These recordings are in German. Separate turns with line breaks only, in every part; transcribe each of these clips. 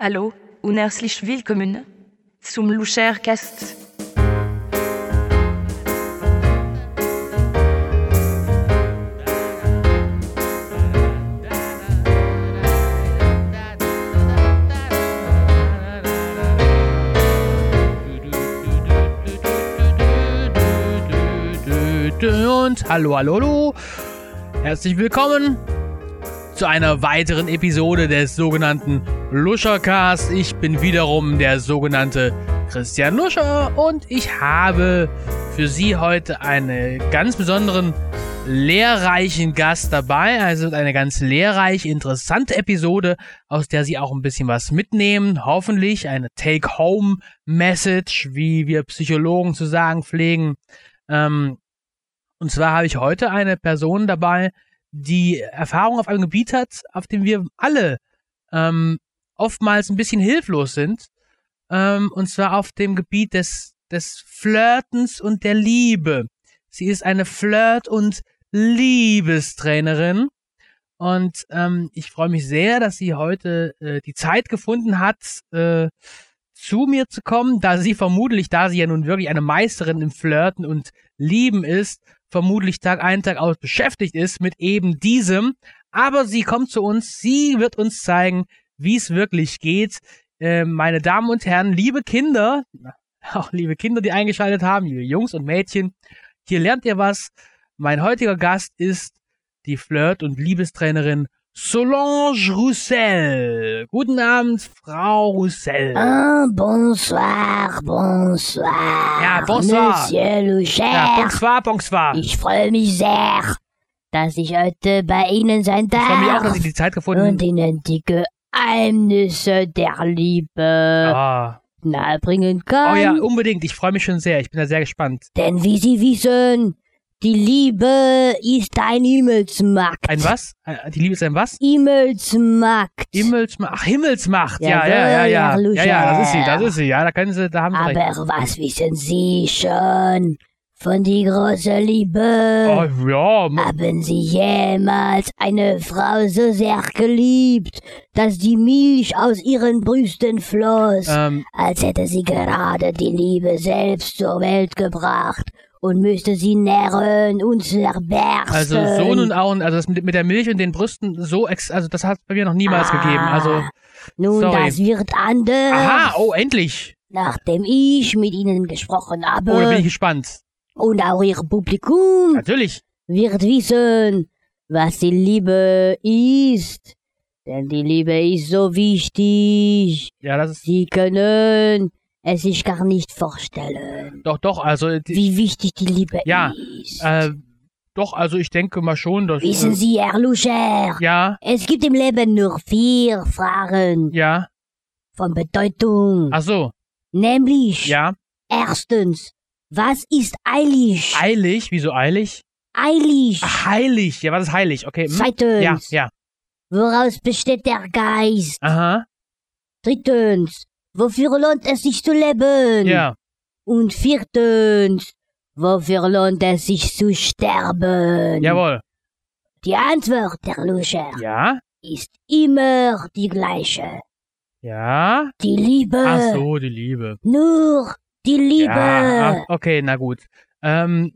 Hallo und herzlich willkommen zum Lucher Cast.
Und hallo, hallo, hallo. Herzlich willkommen zu einer weiteren Episode des sogenannten Luschercast. Ich bin wiederum der sogenannte Christian Luscher und ich habe für Sie heute einen ganz besonderen lehrreichen Gast dabei. Also wird eine ganz lehrreich interessante Episode, aus der Sie auch ein bisschen was mitnehmen. Hoffentlich eine Take-Home-Message, wie wir Psychologen zu sagen pflegen. Ähm, und zwar habe ich heute eine Person dabei, die Erfahrung auf einem Gebiet hat, auf dem wir alle ähm, oftmals ein bisschen hilflos sind. Ähm, und zwar auf dem Gebiet des, des Flirtens und der Liebe. Sie ist eine Flirt- und Liebestrainerin. Und ähm, ich freue mich sehr, dass sie heute äh, die Zeit gefunden hat, äh, zu mir zu kommen, da sie vermutlich, da sie ja nun wirklich eine Meisterin im Flirten und Lieben ist, vermutlich Tag ein, Tag aus beschäftigt ist mit eben diesem. Aber sie kommt zu uns, sie wird uns zeigen, wie es wirklich geht. Äh, meine Damen und Herren, liebe Kinder, auch liebe Kinder, die eingeschaltet haben, liebe Jungs und Mädchen, hier lernt ihr was. Mein heutiger Gast ist die Flirt- und Liebestrainerin Solange Roussel. Guten Abend, Frau Roussel.
Ah, bonsoir, bonsoir.
Ja, bonsoir.
Monsieur Lucher.
Ja, bonsoir, bonsoir.
ich freue mich sehr, dass ich heute bei Ihnen sein
Ich freue mich auch, dass
darf
ich die Zeit
und
gefunden
Ihnen die Geheimnisse der Liebe
habe.
nahebringen kann.
Ah. Oh ja, unbedingt. Ich freue mich schon sehr. Ich bin da sehr gespannt.
Denn wie Sie wissen, die Liebe ist ein Himmelsmarkt.
Ein was? Äh, Die Liebe ist ein was?
Himmelsmarkt.
Himmelsmacht. Ach, Himmelsmacht. Ja,
Jawohl,
ja, ja, ja.
Herr
Ja, ja, das ist sie, das ist sie. Ja, da können sie, da haben sie recht.
Aber was wissen Sie schon von die große Liebe?
Oh, ja, m-
Haben Sie jemals eine Frau so sehr geliebt, dass die Milch aus ihren Brüsten floss,
ähm,
als hätte sie gerade die Liebe selbst zur Welt gebracht und müsste sie nähren und zerbersten?
also Sohn und Augen, also das mit, mit der Milch und den Brüsten, so, ex also das hat es bei mir noch niemals
Ah.
gegeben. Also,
Nun,
sorry.
das wird anders.
aha, oh, endlich.
Nachdem ich mit Ihnen gesprochen
Oh, da bin ich
habe
gespannt.
und auch Ihr Publikum
Natürlich.
wird wissen, was die Liebe ist. Denn die Liebe ist so wichtig.
Ja, das ist,
Sie können es sich gar nicht vorstellen,
doch, doch, also, die,
wie wichtig die Liebe
Ja,
ist.
äh, doch, also ich denke mal schon, dass,
Wissen
äh,
Sie, Herr Lucher,
ja,
es gibt im Leben nur vier Fragen
ja,
von Bedeutung.
ach so,
Nämlich,
ja,
erstens, was ist eilig?
eilig, wieso eilig?
eilig.
Ach, heilig, ja, was ist heilig? Okay, hm?
Zweitens,
ja, ja,
woraus besteht der Geist?
aha,
Drittens, wofür lohnt es sich zu leben?
ja,
Und viertens, wofür lohnt es sich zu sterben?
jawohl,
Die Antwort, Herr Lutscher,
ja,
ist immer die gleiche.
ja,
Die Liebe.
ach so, die Liebe.
Nur die Äh. Liebe.
Ja, ach, okay, na gut. Ähm,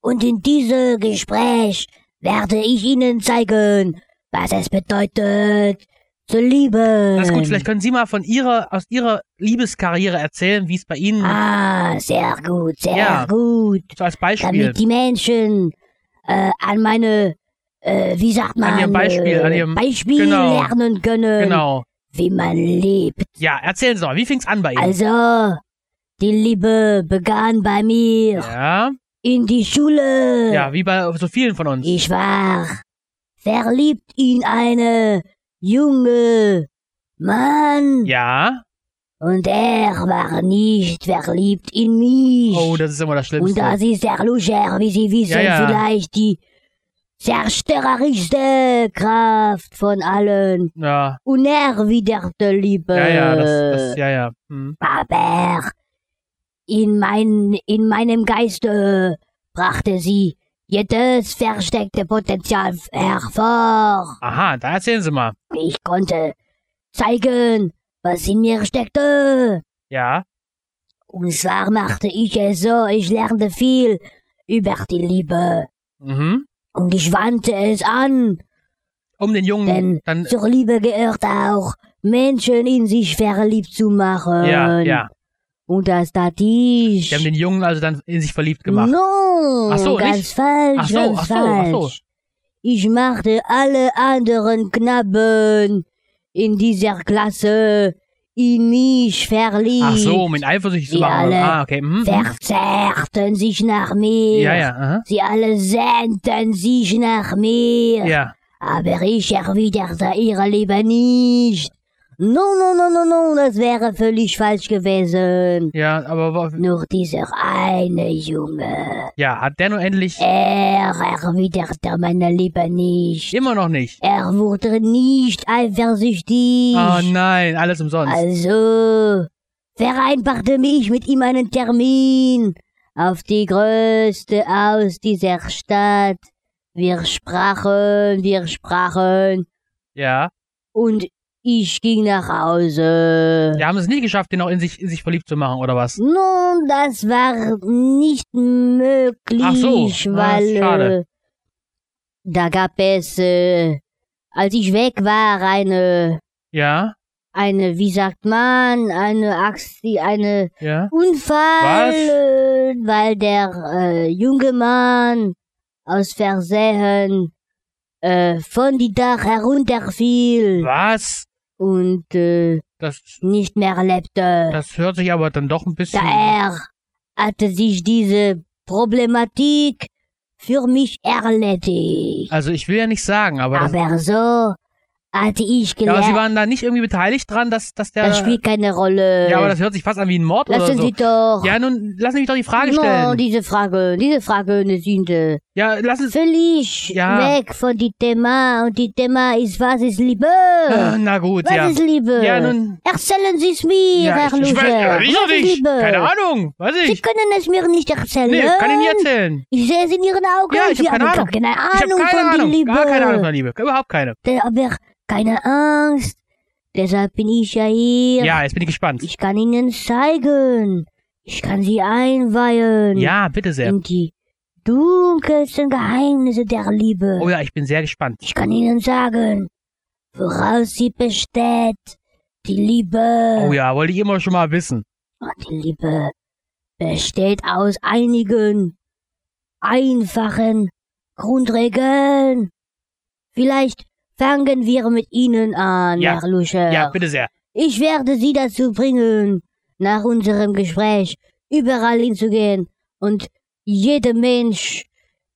Und in diesem Gespräch werde ich Ihnen zeigen, was es bedeutet, zu lieben.
das ist gut, vielleicht können Sie mal von Ihrer, aus Ihrer Liebeskarriere erzählen, wie es bei Ihnen
Ah, sehr gut, sehr
Ja.
gut.
so als Beispiel,
Damit die Menschen äh, an meine, äh, wie sagt man,
An ihrem Beispiel,
äh,
an ihrem-
Beispiel
genau.
lernen können,
genau.
wie man lebt.
Ja, erzählen Sie mal, wie fing's an bei Ihnen?
Also, die Liebe begann bei mir
ja,
in die Schule.
ja, wie bei so vielen von uns.
äh, Ich war verliebt in eine junge Mann.
Ja,
Und er war nicht verliebt in mich.
oh, das ist immer das
Und
Schlimmste.
das ist der Luger, wie Sie wissen,
Ja, ja.
vielleicht die zerstörerischste Kraft von allen.
Ja,
Unerwiderte Liebe.
ja, ja, das,
äh,
das, ja, ja. Hm.
aber in, mein, in meinem Geiste brachte sie jedes versteckte Potenzial hervor.
Aha, da erzählen Sie mal.
Ich konnte zeigen, was in mir steckte.
Ja.
Und zwar machte ich es so, ich lernte viel über die Liebe.
Mhm.
Und ich wandte es an,
Um den Jungen
Denn
dann.
zur Liebe gehört auch, Menschen in sich verliebt zu machen.
ja, ja.
Und das tat ich.
Die haben den Jungen also dann in sich verliebt gemacht.
No,
Ach so,
ganz
nicht?
falsch,
Ach so,
ganz
ach so, ach
falsch.
so.
Ich machte alle anderen Knaben in dieser Klasse in mich verliebt.
Ach so, um ihn eifersüchtig zu
Die
machen.
alle
Ah, okay. Mhm.
Verzerrten sich nach mir.
Ja, ja. Aha.
Sie alle sehnten sich nach mir.
Ja.
Aber ich erwiderte ihre Liebe nicht. No, no, no, no, no, das wäre völlig falsch gewesen.
Ja, aber wa-
Nur dieser eine Junge.
ja, hat der nun endlich
Er erwiderte "Oh, meine Liebe nicht.
immer noch nicht.
Er wurde nicht eifersüchtig.
Oh nein, alles umsonst.
Also vereinbarte mich mit ihm einen Termin auf die größte aus dieser Stadt. Wir sprachen, wir sprachen
Ja.
und ich ging nach Hause.
Wir haben es nie geschafft, den noch in sich, in sich verliebt zu machen, oder was?
Nun, das war nicht möglich,
Ach so, ah,
weil
schade.
äh, da gab es, äh, als ich weg war, eine,
Ja,
eine, wie sagt man, eine Axi, eine
ja.
Unfall,
Was?
äh, weil der äh, junge Mann aus Versehen äh, von die Dach herunterfiel
Was?
und äh,
Das,
nicht mehr lebte.
das hört sich aber dann doch ein bisschen.
Daher hatte sich diese Problematik für mich erledigt.
Also ich will ja nicht sagen, aber das,
Aber so hatte ich
ja, aber
gelernt,
sie waren da nicht irgendwie beteiligt dran, dass, dass der.
das spielt keine Rolle.
ja, aber das hört sich fast an wie ein Mord oder
Lassen
so.
Sie doch.
Ja, nun lass mich doch die Frage
Oh. no,
stellen.
diese Frage, diese Frage, eine Sünde.
ja, lass uns.
völlig
Ja.
weg von dem Thema. Und das Thema ist, was ist Liebe?
Ah, na gut,
was
ja.
ist Liebe?
Ja, nun.
Erzählen Sie es mir,
Ja,
Herr
ich, ich, weiß-
Loser.
ja, ich doch
was ist
nicht.
Liebe?
Keine Ahnung. Weiß
Sie
ich.
können es mir nicht erzählen.
Nee, kann ich nie erzählen.
Ich sehe es in Ihren Augen.
Ja, ich
Sie
hab keine
haben
Ahnung.
keine
Ich habe
Ahnung
keine
von der
Ahnung.
Liebe.
Gar keine Ahnung von Liebe. Überhaupt keine.
Da- Aber keine Angst. Deshalb bin ich ja hier.
Ja, jetzt bin ich gespannt.
Ich kann Ihnen zeigen. Ich kann Sie einweihen.
Ja, bitte sehr.
In die dunkelsten Geheimnisse der Liebe.
Oh ja, ich bin sehr gespannt.
Ich kann Ihnen sagen, woraus sie besteht. Die Liebe.
Oh ja, wollte ich immer schon mal wissen.
Und die Liebe besteht aus einigen einfachen Grundregeln. Vielleicht fangen wir mit Ihnen an,
Ja.
Herr Luscher.
Ja, bitte sehr.
Ich werde Sie dazu bringen, nach unserem Gespräch überall hinzugehen und jedem Mensch,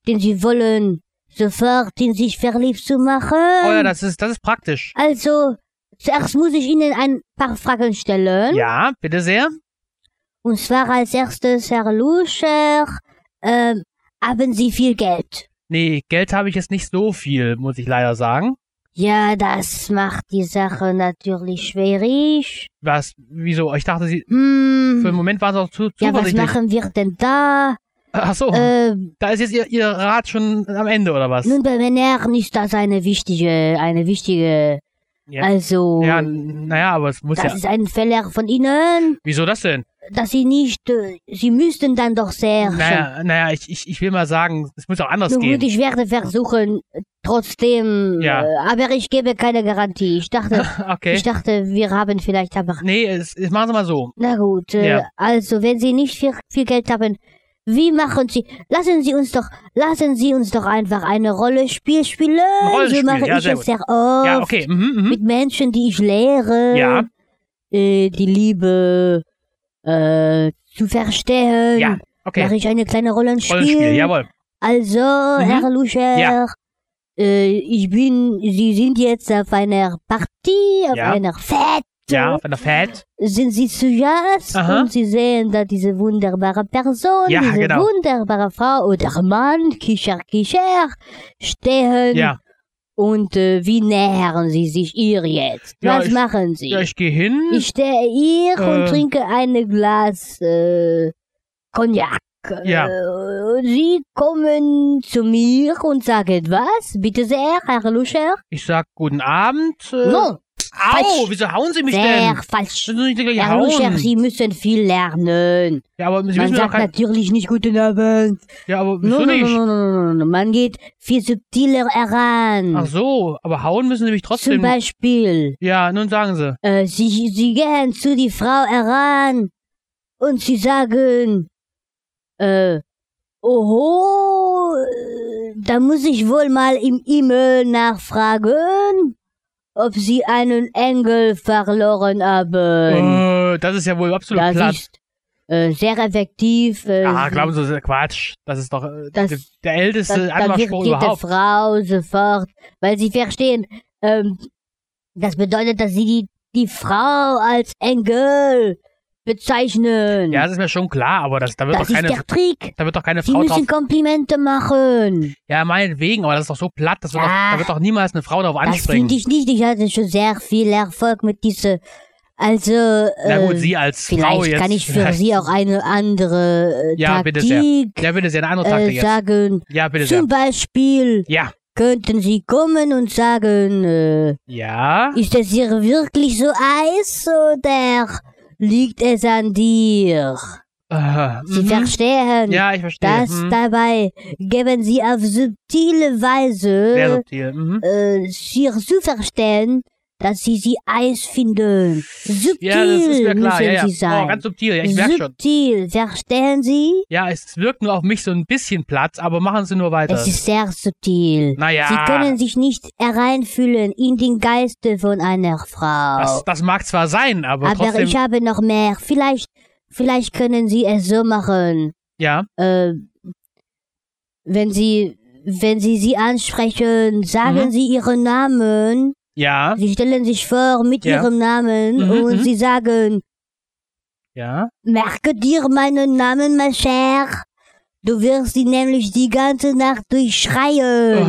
den Sie wollen, sofort in sich verliebt zu machen.
Oh ja, das ist, das ist praktisch.
Also, zuerst muss ich Ihnen ein paar Fragen stellen.
Ja, bitte sehr.
Und zwar als erstes, Herr Luscher, ähm, haben Sie viel Geld?
Nee, Geld habe ich jetzt nicht so viel, muss ich leider sagen.
Ja, das macht die Sache natürlich schwierig.
Was, wieso? Ich dachte, sie, für den
Hm,
Moment waren sie auch zu
ja, was
zuversichtlich.
machen wir denn da?
Ach so,
Ähm,
da ist jetzt ihr, ihr Rat schon am Ende, oder was?
nun, bei Männern ist das eine wichtige, eine wichtige,
Ja.
also,
Ja, n- naja, aber es muss
das
ja.
ist ein Fehler von Ihnen,
Wieso das denn?
dass Sie nicht, äh, Sie müssten dann doch sehr
Naja, naja ich, ich, ich will mal sagen, es muss auch anders
Nun
gehen.
gut, ich werde versuchen, trotzdem,
Ja.
äh, aber ich gebe keine Garantie. Ich dachte,
okay.
ich dachte, wir haben vielleicht aber.
Nee, es, es machen Sie mal so.
Na gut, äh,
Ja.
also wenn Sie nicht viel, viel Geld haben, wie machen Sie? Lassen Sie uns doch, lassen Sie uns doch einfach eine Rolle Spiel spielen.
Ein Rollenspiel,
so mache
ja,
ich
sehr
es
gut.
sehr oft
Ja, okay. Mhm,
mit Menschen, die ich lehre,
mhm. Ja,
äh, die Liebe äh, zu verstehen.
ja,
Mache
okay.
ich eine kleine Rollenspiel.
Rollenspiel, jawohl. Mhm.
Also, Herr Luscher,
Ja.
äh, ich bin, Sie sind jetzt auf einer Partie, auf
Ja.
einer Fête.
Ja, auf einer Fett.
Sind Sie zu Gast
Aha.
und Sie sehen da diese wunderbare Person,
Ja,
diese
genau.
wunderbare Frau oder Mann, Kischer, Kischer, stehen
Ja.
und äh, wie nähern Sie sich ihr jetzt?
Ja,
Was
ich-
machen Sie?
Ja, ich gehe hin.
Ich stehe hier
Äh.
und trinke ein Glas äh, Cognac.
Ja.
Äh, und Sie kommen zu mir und sagen was? Bitte sehr, Herr Luscher.
Ich sag guten Abend. Äh,
No,
Au, wieso hauen Sie mich
Sehr
denn? Äh,
falsch.
Sind Sie nicht gleich
Herr Luscher,
hauen?
Sie müssen viel lernen.
ja, aber Sie Also
Man
müssen mir doch
sagt halt,
kein...
natürlich nicht guten Abend.
Ja, aber
No,
wieso
no, no,
nicht?
no, no, no, no, no. Man geht viel subtiler heran.
Ach so, aber hauen müssen Sie mich
Zum
trotzdem.
Beispiel,
Ja, nun sagen Sie.
äh, sie, sie gehen zu die Frau heran und sie sagen, äh, oho, äh, da muss ich wohl mal im E-Mail nachfragen, ob sie einen Engel verloren haben.
Äh, das ist ja wohl absolut
das
platt.
ist äh, sehr effektiv. Äh,
Ah, glauben Sie, das ist Quatsch. Das ist doch äh,
Das-
der- der älteste
da, da wird
Anmachspruch
jede
überhaupt.
Frau sofort, weil sie verstehen, ähm, das bedeutet, dass sie die, die Frau als Engel bezeichnen.
Ja, das ist mir schon klar, aber das, da, wird
das
doch
ist
keine,
der Trick.
da wird doch keine
Sie
Frau drauf.
müssen Komplimente machen.
Ja, meinetwegen, aber das ist doch so platt, das wird doch,
Ja.
da wird doch niemals eine Frau drauf
Das
anspringen.
finde ich nicht. Ich hatte schon sehr viel Erfolg mit diese. Also,
Na gut,
äh,
Sie als Frau
vielleicht
jetzt.
kann ich für Sie auch eine andere äh,
Ja, bitte sehr.
Taktik
Ja, bitte sehr, eine andere Taktik
äh,
jetzt.
sagen.
Ja, bitte sehr.
Zum Beispiel
Ja.
könnten Sie kommen und sagen, äh,
Ja.
Ist das hier wirklich so Eis oder liegt es an dir?
Äh,
Sie
mhm.
verstehen,
Ja, ich verstehe.
dass
mhm.
dabei geben sie auf subtile
Sehr
Weise
subtil. Mhm.
äh, hier zu verstehen, dass sie sie Eis finden. Subtil
Ja, das ist mir klar.
müssen
Ja, ja.
sie sein.
Oh, ganz subtil. Ja, ich merke schon.
subtil, verstehen Sie?
Ja, es wirkt nur auf mich so ein bisschen Platz, aber machen Sie nur weiter.
Es ist sehr subtil.
Naja.
Sie können sich nicht hereinfühlen in den Geiste von einer Frau.
Das, das mag zwar sein, aber,
Aber
trotzdem.
ich habe noch mehr. Vielleicht, vielleicht können Sie es so machen,
ja.
äh, wenn Sie, wenn Sie sie ansprechen, sagen
Mhm.
Sie Ihren Namen.
Ja.
Sie stellen sich vor mit
Ja.
Ihrem Namen
Mhm,
und
mhm.
Sie sagen,
Ja.
merke dir meinen Namen, mein Cher. Du wirst sie nämlich die ganze Nacht
Oh,
durchschreien.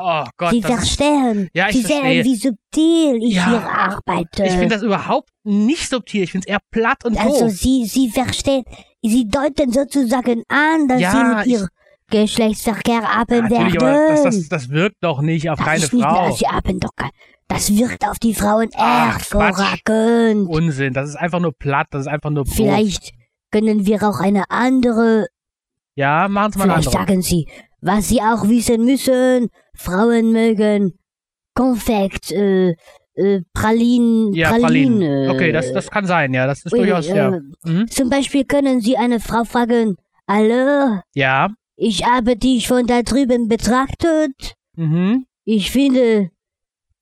oh Gott.
sie
das ist,
verstehen.
Ja, ich
sie
verstehe.
sehen, wie subtil ich
Ja.
hier arbeite.
ich finde das überhaupt nicht subtil. Ich finde es eher platt und
Also
doof.
sie, sie versteht, sie deuten sozusagen an, dass
Ja,
sie
ich-
mit ihr Geschlechtsverkehr haben
Natürlich,
werden.
aber das, das, das wirkt doch nicht auf
Das
keine
ist nicht
Frau.
mehr, sie haben doch kein, das wirkt auf die Frauen
Ach, Oh,
hervorragend.
Unsinn. Das ist einfach nur platt. Das ist einfach nur. doof.
Vielleicht können wir auch eine andere,
Ja, machen Sie mal eine
vielleicht
andere.
sagen sie, was sie auch wissen müssen, Frauen mögen Konfekt, äh, äh, Pralinen,
Ja,
Pralinen.
Pralinen.
äh,
Okay, das, das kann sein, ja. Das ist
äh,
durchaus, ja.
äh,
Mhm.
Zum Beispiel können sie eine Frau fragen, Hallo,
Ja.
Ich habe dich von da drüben betrachtet.
Mhm.
Ich finde,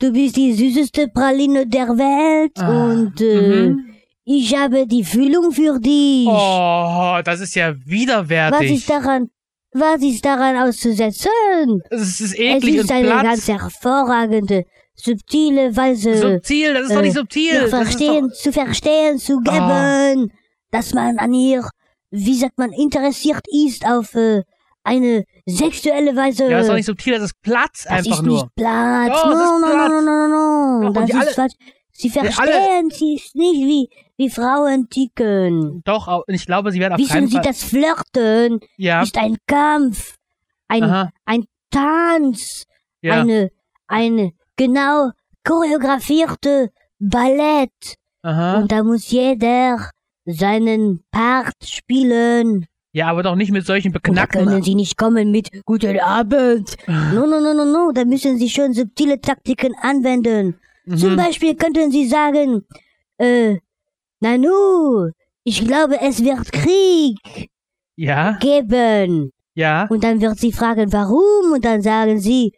du bist die süßeste Praline der Welt
Ah,
und äh,
mhm.
ich habe die Fühlung für dich.
Oh, das ist ja
was
widerwärtig.
ist daran? Was ist daran auszusetzen?
Es ist
Es
eklig
ist
und
eine
platt.
ganz hervorragende, subtile Weise,
subtil, das ist doch
äh,
nicht subtil.
ihr
das ist doch, Ah.
verstehen, zu verstehen, zu geben, dass man an ihr, wie sagt man, interessiert ist auf äh, eine sexuelle Weise.
ja, das ist doch nicht subtil, das ist Platz
Das
einfach
ist
nur.
nicht Platz.
Doch,
no,
es ist
no,
Platz.
no, no, no,
Doch,
no, no.
und
Das
die
ist
alle-
Platz. Sie
alle-
verstehen sie ist nicht, wie, wie Frauen ticken.
Doch, au- ich glaube, sie werden auf
Wissen
keinen
Sie,
Fall.
das Flirten
ja,
ist ein Kampf, ein
aha,
Tanz,
ja.
eine, eine genau choreografierte Ballett.
aha.
Und da muss jeder seinen Part spielen.
Ja, aber doch nicht mit solchen
Und da können
beknackten.
Sie nicht kommen mit Guten Abend. No, no, no, no, no. Da müssen Sie schon subtile Taktiken anwenden. Zum
Mhm.
Beispiel könnten sie sagen, äh, Nanu, ich glaube, es wird Krieg
Ja,
geben.
ja.
Und dann wird sie fragen, warum? Und dann sagen sie,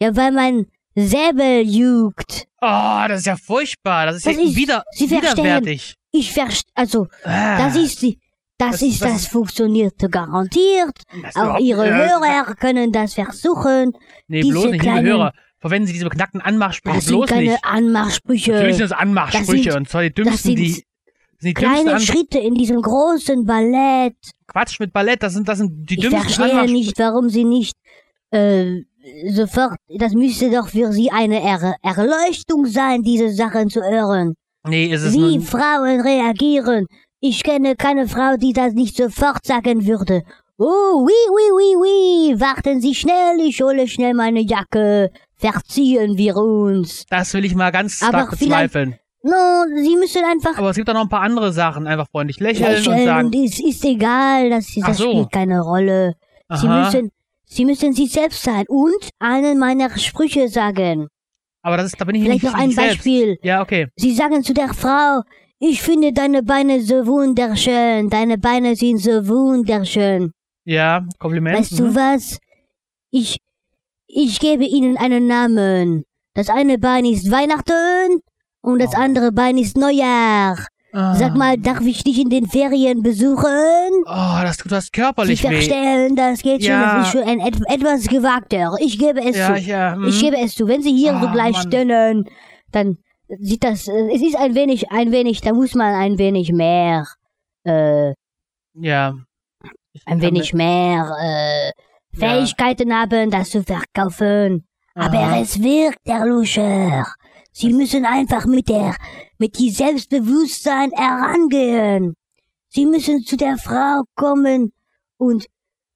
ja, weil mein Säbel juckt.
Oh, das ist ja furchtbar. Das ist
Das
ja
ist-
wieder,
Sie verstehen.
widerwärtig.
Ich verstehe, also,
Ah,
das ist die, das,
Das-
ist,
das-
das, funktioniert garantiert.
das ist
Auch
überhaupt-
ihre
ja,
Hörer können das versuchen.
Nee,
diese
bloß nicht, liebe
kleinen-
Hörer. Verwenden Sie diese beknackten Anmachsprüche
Das sind
bloß
keine
nicht. Natürlich
Anmachsprüche.
sind das Anmachsprüche
sind-
und zwar die
Das
dümmsten,
sind
die. sind Die dümmsten
kleine
An
Schritte in diesem großen Ballett.
Quatsch mit Ballett, das sind, das sind die
Ich
dümmsten
verstehe
Anmachsprüche.
nicht, warum sie nicht äh, sofort. Das müsste doch für sie eine er Erleuchtung sein, diese Sachen zu hören.
Nee, ist es
Wie
nun.
Frauen reagieren. Ich kenne keine Frau, die das nicht sofort sagen würde. Oh, oui, oui, oui, oui. Warten Sie schnell, ich hole schnell meine Jacke. Verziehen wir uns.
Das will ich mal ganz
Aber
stark
vielleicht-
bezweifeln.
No, Sie müssen einfach
Aber es gibt auch noch ein paar andere Sachen. Einfach freundlich lächeln, und
lächeln und
sagen,
es ist egal, das,
Ach
das
so.
spielt keine Rolle. Sie
Aha.
müssen, Sie müssen sich selbst sein und einen meiner Sprüche sagen.
aber das ist, da bin ich
Vielleicht
nicht
noch ein
ich selbst.
Beispiel.
Ja, okay.
Sie sagen zu der Frau, ich finde deine Beine so wunderschön, deine Beine sind so wunderschön.
Ja, Kompliment.
Weißt
mhm.
du was? Ich, ich gebe ihnen einen Namen. Das eine Bein ist Weihnachten und das
Oh.
andere Bein ist Neujahr.
Ah.
Sag mal, darf ich dich in den Ferien besuchen?
Oh, das tut was
Sie
körperlich weh.
verstellen, das geht schon,
Ja.
das ist schon ein et etwas gewagter. Ich gebe es
Ja,
zu.
ich, ja, mhm.
Ich gebe es zu. Wenn Sie hier so
Ah,
gleich
Mann.
stöhnen, dann sieht das, äh, es ist ein wenig, ein wenig, da muss man ein wenig mehr, äh,
ja. Ich
ein
kann
wenig mehr, äh,
Ja.
Fähigkeiten haben, das zu verkaufen.
Aha.
Aber es wirkt, Herr Luscher. Sie müssen einfach mit der, mit die Selbstbewusstsein herangehen. Sie müssen zu der Frau kommen und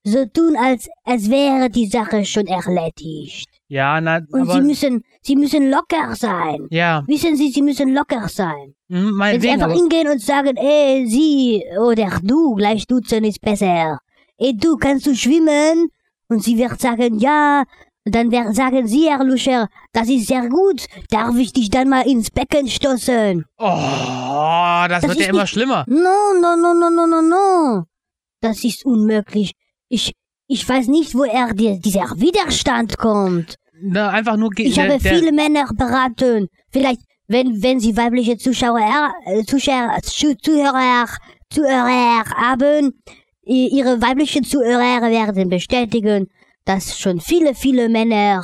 so tun, als, als wäre die Sache schon erledigt.
Ja, na,
Und
aber,
sie müssen, sie müssen locker sein.
ja,
Wissen Sie, sie müssen locker sein.
mhm,
Wenn sie
meinetwegen,
einfach
aber,
hingehen und sagen, ey, sie oder du, gleich duzen ist besser. Ey, du, kannst du schwimmen? Und sie wird sagen, ja. Und dann wer- sagen sie, Herr Luscher, das ist sehr gut. Darf ich dich dann mal ins Becken stoßen?
oh, das,
Das
wird ja
ist
immer
nicht-
schlimmer.
No, no, no, no, no, no, no. Das ist unmöglich. Ich, ich weiß nicht, woher dir dieser Widerstand kommt.
Na, einfach nur, ge-
Ich
der,
habe
der,
viele Männer beraten. Vielleicht, wenn, wenn Sie weibliche Zuschauer, äh, Zuschauer, Zu- Zuhörer, Zuhörer haben, i- Ihre weiblichen Zuhörer werden bestätigen, dass schon viele, viele Männer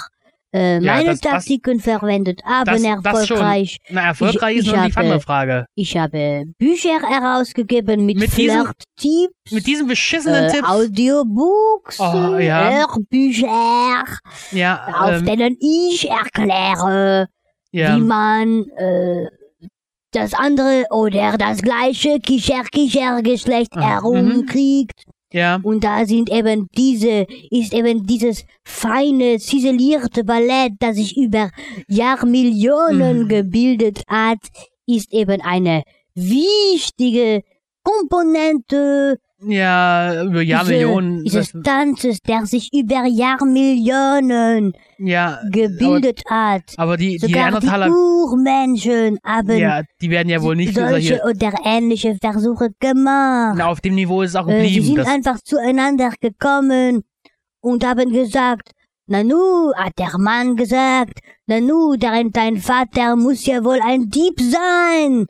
äh,
Ja,
meine
das- das-
Taktiken verwendet haben,
das, das schon.
erfolgreich.
Na, erfolgreich
Ich-
ist
ich
noch die
habe-
andere Frage.
ich habe Bücher herausgegeben mit,
Mit diesen-
Flirt-Tipps,
Mit diesen beschissenen
äh,
Tipps,
Audiobooks,
Oh, ja.
Hörbücher,
ja,
auf
ähm,
denen ich erkläre,
ja,
wie man äh, das andere oder das gleiche Kischer-Kischer-Geschlecht
Ah,
herumkriegt.
ja,
Und da sind eben diese, ist eben dieses feine, ziselierte Ballett, das sich über Jahrmillionen
Mhm.
gebildet hat, ist eben eine wichtige Komponente
ja, über Jahrmillionen, das,
dieses, dieses Tanzes, der sich über Jahrmillionen
ja,
gebildet hat.
aber die, die
Sogar die
Neandertaler,
Urmenschen haben
ja, die werden ja wohl nicht gesagt,
solche
hier,
oder ähnliche Versuche gemacht.
na, auf dem Niveau ist es auch
Äh, sie
geblieben,
sind
das,
einfach zueinander gekommen und haben gesagt, Nanu, hat der Mann gesagt, Nanu, dein, dein Vater muss ja wohl ein Dieb sein.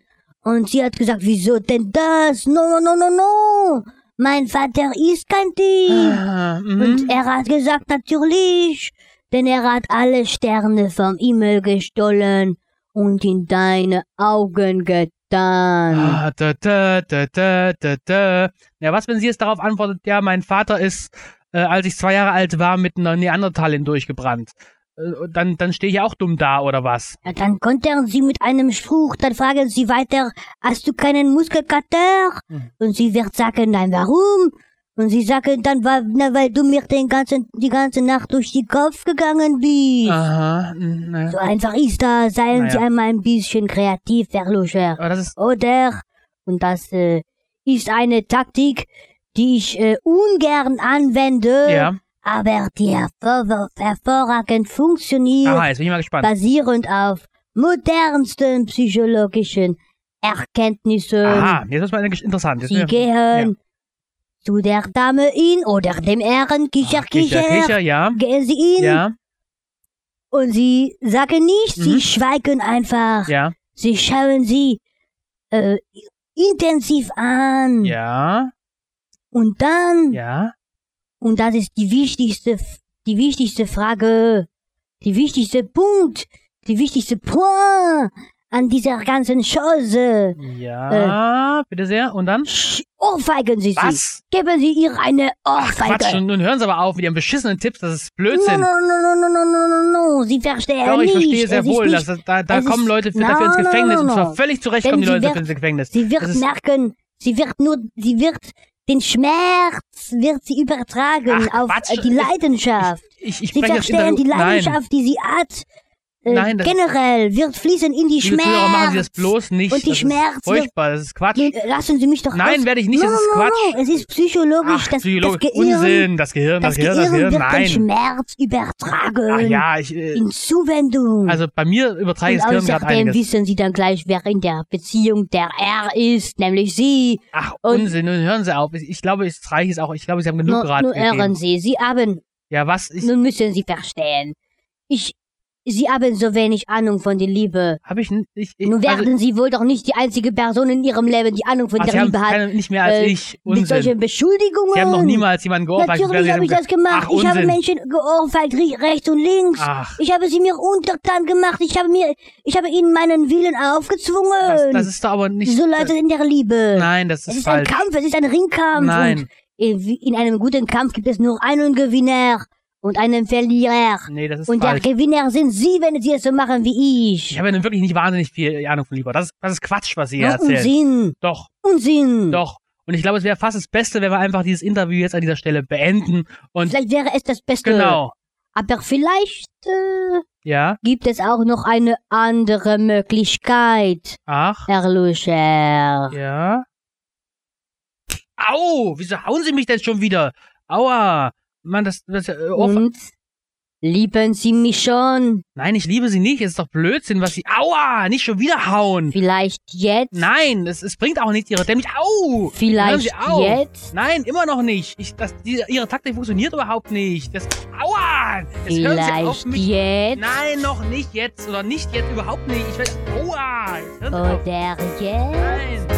Und sie hat gesagt, wieso denn das? No, no, no, no, no. Mein Vater ist kein Dieb.
Ah, mhm.
Und er hat gesagt, natürlich, denn er hat alle Sterne vom Himmel gestohlen und in deine Augen getan.
Ah, da, da, da, da, da, da. Ja, was, wenn sie jetzt darauf antwortet, ja, mein Vater ist, äh, als ich zwei Jahre alt war, mit einer Neandertalin durchgebrannt. Äh, dann dann stehe ich auch dumm da, oder was?
Ja, dann kontern sie mit einem Spruch, dann fragen sie weiter, hast du keinen Muskelkater?
Mhm.
Und sie wird sagen, nein, warum? Und sie sagen dann, wa- na, weil du mir den ganzen, die ganze Nacht durch den Kopf gegangen bist.
Aha, mm, ne.
So einfach ist das, seien
Naja.
Sie einmal ein bisschen kreativ, Herr Luscher.
Aber das ist,
Oder? Und das äh, ist eine Taktik, die ich äh, ungern anwende,
ja.
aber die hervor hervorragend funktioniert
Aha, jetzt bin ich mal gespannt.
basierend auf modernsten psychologischen Erkenntnissen.
Aha, jetzt ist mal eine Gesch- interessant. Jetzt,
äh, Sie
ja.
gehen zu der Dame hin oder dem Herren Kischer, Kischer,
Kicher, Kicher, ja.
Gehen sie hin
Ja,
und sie sagen nichts,
Mhm.
sie schweigen einfach.
ja,
Sie schauen sie äh, intensiv an.
ja,
Und dann,
ja.
und das ist die wichtigste, die wichtigste Frage, die wichtigste Punkt, die wichtigste Point an dieser ganzen Chose.
Ja,
Äh.
bitte sehr. Und dann?
Sch- Ohrfeigen Sie sie.
Was?
Geben Sie ihr eine
Quatsch,
Ohrfeige.
nun, nun hören Sie aber auf mit Ihren beschissenen Tipps, das ist Blödsinn.
no, no, no, no, no, no, no, no. Sie verstehen
Doch, ich
nicht.
verstehe sehr
es ist
wohl, dass
nicht.
das, da, da
es ist-
kommen Leute für,
Na,
dafür ins
na, na,
Gefängnis
na,
und
na.
zwar völlig zu Recht
Denn
kommen die
sie
Leute
wird-
dafür ins Gefängnis.
Sie wird
das ist,
merken, sie wird nur, sie wird, Den Schmerz wird sie übertragen
Ach,
auf
Quatsch.
äh, die Leidenschaft.
Ich, ich
Sie
spreche jetzt in der
zerstören die
Lu- Nein,
Leidenschaft, die sie hat. Äh,
Nein, das-
generell wird fließen in die
liebe Zuhörer,
Schmerz.
machen Sie das bloß nicht.
Und die
das
Schmerz
ist furchtbar, das ist Quatsch.
Je- Lassen Sie mich doch
Nein,
aus-
werde ich nicht,
No,
das ist
no, no,
Quatsch.
No. Es ist psychologisch,
Ach,
das,
Psychologe,
das Gehirn,
Unsinn, das Gehirn, das,
das
Gehirn, das Gehirn,
wird den
nein.
Schmerz übertragen.
Ach ja, ich, äh,
In Zuwendung.
also bei mir übertreibt das
und
Gehirn gerade
außerdem
einiges.
wissen Sie dann gleich, wer in der Beziehung der R ist, nämlich Sie.
Ach,
und-
Unsinn, nun hören Sie auf. Ich, ich glaube, es reicht es auch. Ich glaube, Sie haben genug
Nun,
geraten.
nun hören Sie, Sie haben,
Ja, was? Ich,
nun müssen Sie verstehen. Ich, Sie haben so wenig Ahnung von der Liebe.
habe ich, n- ich, ich
Nun
also,
werden Sie wohl doch nicht die einzige Person in Ihrem Leben, die Ahnung von
ach, Sie
der
haben
Liebe hat.
keine, nicht mehr als
äh,
ich.
Mit solchen
Unsinn.
Beschuldigungen.
Sie haben noch niemals jemanden geohrfeigt. das
Natürlich
wäre-
habe ich das gemacht.
Ach,
ich habe
Unsinn.
Menschen geohrfeigt, ri- rechts und links.
Ach,
Ich habe sie mir untertan gemacht. Ich habe mir, ich habe ihnen meinen Willen aufgezwungen.
das, das ist doch aber nicht...
so Leute in der Liebe.
Nein, das
es
ist
ist ein
falsch.
Kampf, es ist ein Ringkampf.
Nein.
Und in, in einem guten Kampf gibt es nur einen Gewinner und einen Verlierer.
Nee, das ist
Und der
falsch.
Gewinner sind Sie, wenn Sie es so machen wie
Ich
ich.
habe ja nun wirklich nicht wahnsinnig viel Ahnung von Liebe. Das ist, das ist Quatsch, was Sie hier
Ja,
erzählen.
Unsinn,
Doch.
Unsinn.
Doch. Und ich glaube, es wäre fast das Beste, wenn wir einfach dieses Interview jetzt an dieser Stelle beenden. Und
Vielleicht wäre es das Beste.
genau.
Aber vielleicht äh,
Ja.
gibt es auch noch eine andere Möglichkeit,
Ach.
Herr Luscher.
Ja. Au! Wieso hauen Sie mich denn schon wieder? Aua! Mann, das, das
Mhm.
äh, Ohr-
Und lieben Sie mich schon?
Nein, ich liebe Sie nicht. Es ist doch Blödsinn, was Sie. Aua! Nicht schon wieder hauen!
Vielleicht jetzt?
Nein, es, es bringt auch nichts, Ihre dämlich. Au! Hören Sie
Vielleicht
auf.
jetzt?
Nein, immer noch nicht. Ich, das, die, ihre Taktik funktioniert überhaupt nicht. Das, aua! Jetzt hören Sie auf
Vielleicht
mich.
jetzt?
Nein, noch
Oh.
nicht jetzt oder nicht jetzt, überhaupt nicht. Ich werde. Aua! Jetzt hören Sie auf.
Oder jetzt?
Nein.